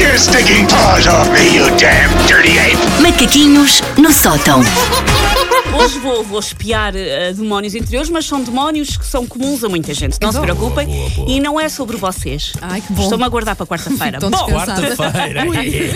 your stinking paws off me, you damn dirty ape! Macaquinhos no sótão. Hoje vou, vou espiar eh, demónios interiores, mas são demónios que são comuns a muita gente. Não se preocupem. E não é sobre vocês. Ai, que bom. Estou-me a guardar para quarta-feira. Estou bom, descansada. Quarta-feira.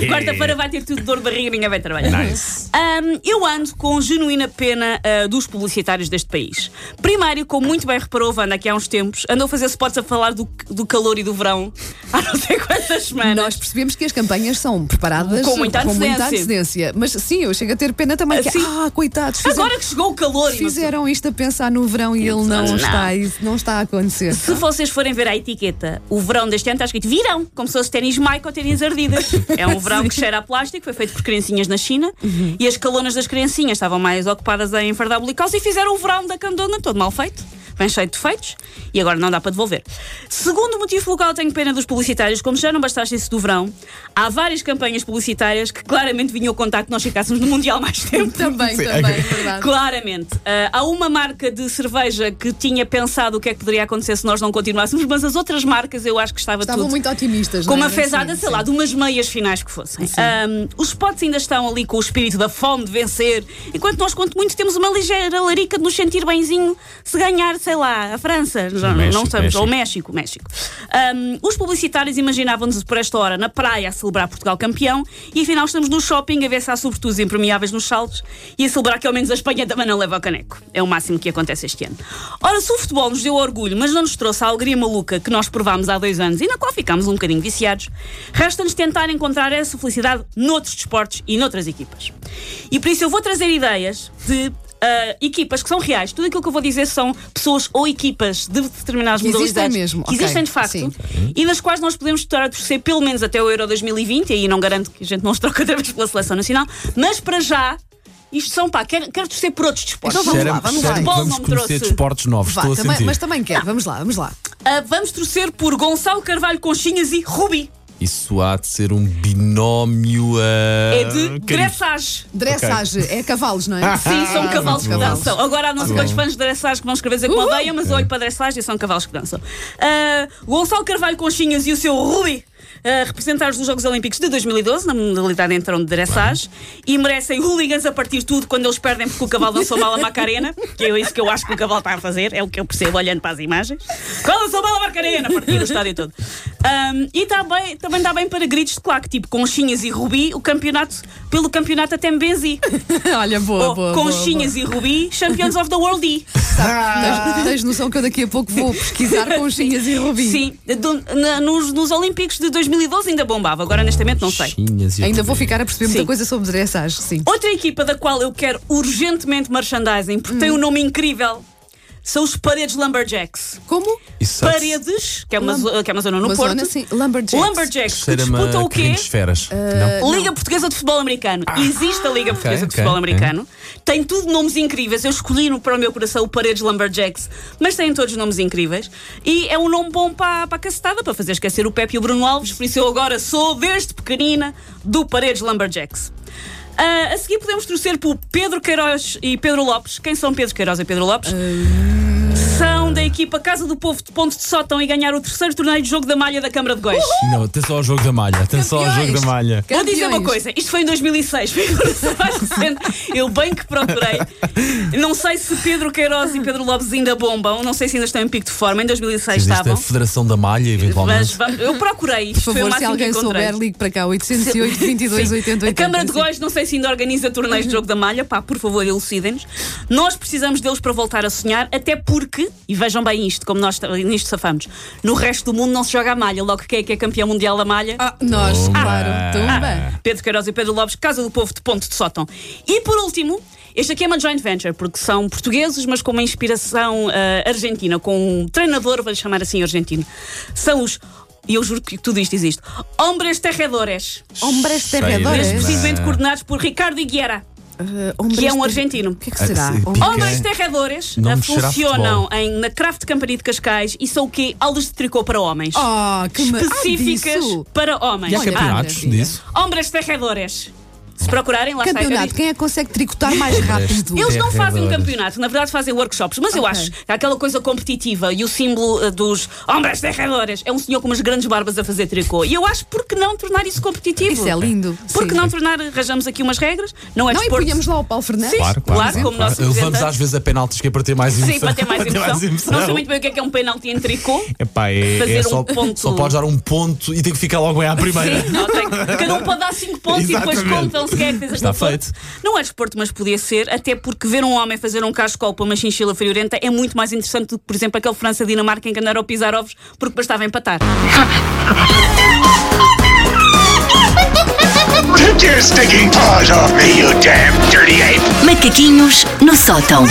quarta-feira vai ter tudo dor de barriga e ninguém vai trabalhar. Nice. Ahm, eu ando com genuína pena ah, dos publicitários deste país. Primário, como muito bem reparou, Wanda, aqui há uns tempos, andou a fazer spots a falar do, do calor e do verão há não sei quantas semanas. Nós percebemos que as campanhas são preparadas Com muita antecedência. antecedência. Mas sim, eu chego a ter pena também. Que, Assim, ah, coitados, fizeram, Agora que chegou o calor e não sei fizeram isto a pensar no verão e ele não, Não. está aí, não está a acontecer. Se vocês forem ver a etiqueta, o verão deste ano está escrito virão, como se fosse ténis Mike ou ténis Ardidas. É um verão que cheira a plástico, foi feito por criancinhas na China e as calonas das criancinhas estavam mais ocupadas em enfardar bulicals e fizeram o verão da candona todo mal feito. Bem cheio de defeitos e agora não dá para devolver. Segundo motivo pelo qual eu tenho pena dos publicitários, como já não bastasse isso do verão, há várias campanhas publicitárias que claramente vinham contar que nós ficássemos no Mundial mais tempo. Também, também, verdade. Claramente. Ah, há uma marca de cerveja que tinha pensado o que é que poderia acontecer se nós não continuássemos, mas as outras marcas eu acho que estava Estavam tudo. muito otimistas. Com não uma é? fezada, Sim, sei lá, de umas meias finais que fossem. Ahm, os spots ainda estão ali com o espírito da fome de vencer, enquanto nós, quanto muito, temos uma ligeira larica de nos sentir benzinho se ganhar, sei lá, a França, já não- não México, estamos, ou o México, México. Ahm, os publicitários imaginavam-nos por esta hora na praia a celebrar Portugal campeão e afinal estamos no shopping a ver se há sobretudos impermeáveis nos saltos e a celebrar que ao menos a Espanha também não leva o caneco. É o máximo que acontece este ano. Ora, se o futebol nos deu orgulho, mas não nos trouxe a alegria maluca que nós provámos há dois anos e na qual ficámos um bocadinho viciados, resta-nos tentar encontrar essa felicidade noutros desportos e noutras equipas. E por isso eu vou trazer ideias de. ah, equipas que são reais, tudo aquilo que eu vou dizer são pessoas ou equipas de determinadas Que existem modalidades mesmo, que ok, existem de facto sim. e das quais nós podemos estar a torcer pelo menos até o Euro 2020, e aí não garanto que a gente não se troque outra vez pela seleção nacional, mas para já, isto são pá, quero, quero torcer por outros desportos. Então vamos lá, Cheira-me- vamos lá. cheira-me que Futebol Vamos não me conhecer trouxe. desportos novos. Vá, Estou a também- sentir. mas também quer, vamos lá, vamos lá. Ah, vamos torcer por Gonçalo Carvalho Conchinhas e Rubi. Isso há de ser um binómio. ah, É Ah, de dressagem. dressage. Dressage, é cavalos, não é? Ah, Sim, são cavalos que cavalos. dançam. Agora há não sei Ok. quantos fãs de dressage que vão escrever dizer que Uhul. uma veia, mas olho para dressage e são cavalos que dançam. Ah, Gonçalo Carvalho Conchinhas e o seu Rubi. ah, representados nos Jogos Olímpicos de 2012, na modalidade entram de dressage, e merecem hooligans a partir de tudo quando eles perdem porque o cavalo dançou mal a Macarena, que é isso que eu acho que o cavalo está a fazer, é o que eu percebo olhando para as imagens. Qual dançou mal a Macarena, a partir do estádio todo. Ahm, e tá bem- também dá bem para gritos de claque, tipo Conchinhas e Rubi, o campeonato, pelo campeonato até Mbezi. Olha, boa, Oh, boa. conchinhas Ah. e boa, rubi, Champions of the World E. boa. Tens, tens noção que eu daqui a pouco vou pesquisar conchinhas e rubi. Sim, do- na- nos, nos Olímpicos de 2012 ainda bombava, agora honestamente não sei. Ainda vou ficar a perceber muita Sim. Oh. coisa sobre dressage, sim. Outra equipa da qual eu quero urgentemente merchandising, porque Hum. tem um nome incrível, são os Paredes Lumberjacks. Como? Paredes, que é uma, zo- que é uma zona no Uma Porto. zona, né? sim. Lumberjacks. Lumberjacks, que disputam o quê? Ah, de esferas. Não? Ah. Liga Portuguesa de Futebol Americano. Existe a Liga Portuguesa de ok, Futebol ok. Americano. Tem tudo nomes incríveis. Eu escolhi no, para o meu coração o Paredes Lumberjacks, mas têm todos nomes incríveis. E é um nome bom para, para a cacetada, para fazer esquecer o Pepe e o Bruno Alves. Por isso eu agora sou, desde pequenina, do Paredes Lumberjacks. Ah, a seguir podemos torcer por Pedro Queiroz e Pedro Lopes. Quem são Pedro Queiroz e Pedro Lopes? Ah. São da equipa Casa do Povo de Ponte de Sótão e ganhar o terceiro torneio de jogo da malha da Câmara de Góis. Não, atenção ao jogo da malha. Atenção ao jogo Campeões. da malha. Vou dizer uma Campeões. coisa, isto foi em 2006, foi agora só mais recente. Eu bem que procurei. Não sei se Pedro Queiroz e Pedro Lopes ainda bombam, não sei se ainda estão em pico de forma, em 2006 Existe a estavam. é Federação da Malha, Mas eventualmente. vamos- eu procurei, isto Por foi o favor, se máximo que alguém encontrei. souber, ligue para cá. 808 22 80 A Câmara de 80. Góis, não sei se ainda organiza torneios de jogo da malha, pá, por favor, elucidem-nos. Nós precisamos deles para voltar a sonhar, até porque, e vejam bem isto, como nós t- nisto safamos, no resto do mundo não se joga a malha, logo quem é que é campeão mundial da malha? Ah, nós, Tumba. claro. Tumba. Pedro Queiroz e Pedro Lopes, Casa do Povo de Ponte de Sótão. E por último, este aqui é uma joint venture, porque são portugueses, mas com uma inspiração ah, argentina, com um treinador, vou-lhe chamar assim, argentino. São os, e eu juro que tudo isto existe, Hombres Terredores, Hombres Sei terredores. bem. mas precisamente coordenados por Ricardo Higuera. Eh, hombres Que é um ter- argentino. O que é que será? Ah, sim, Hombres- pica. Homens terradores Não ah, me cheira a funcionam futebol. em, na Craft Campari de Cascais e são o quê? Aulas de tricô para homens. Oh, que ma- Ah, Específicas disso. para homens. E há Olha, campeonatos maravilha. disso? Ah, hombres terradores. Se procurarem, lá está. eu Campeonato, disse- quem é que consegue tricotar mais rápido? Eu- Eles não É fazem um verdade. campeonato, na verdade fazem workshops, mas eu Ok. acho aquela coisa competitiva e o símbolo eh, dos hombres terradores é um senhor com umas grandes barbas a fazer tricô. E eu acho por que não tornar isso competitivo? Isso é lindo. Por que Sim. não tornar, arranjamos aqui umas regras, não é Não, e desporto. punhamos lá o Paulo Fernandes. Sim. Claro, Claro, claro. como nosso Levamos representante. às vezes a penaltis que é para ter mais emoção. Sim, para ter mais Para ter emoção. Não sei muito bem o que é que é um penalti em tricô. Epá, é, Fazer é um só, ponto. só podes dar um ponto e tem que ficar logo em à primeira. Sim, não, tem, cada um pode dar 5 pontos e depois Exatamente. contam se quer que fez Está aquele ponto. feito. Não é desporto, mas podia ser, até porque ver um homem fazer um cascol para uma chinchila friorenta é muito mais interessante do que, por exemplo, aquele França-Dinamarca em que andaram a pisar ovos porque bastava empatar. Take your stinking paws off me, you damn dirty ape! Macaquinhos no sótão.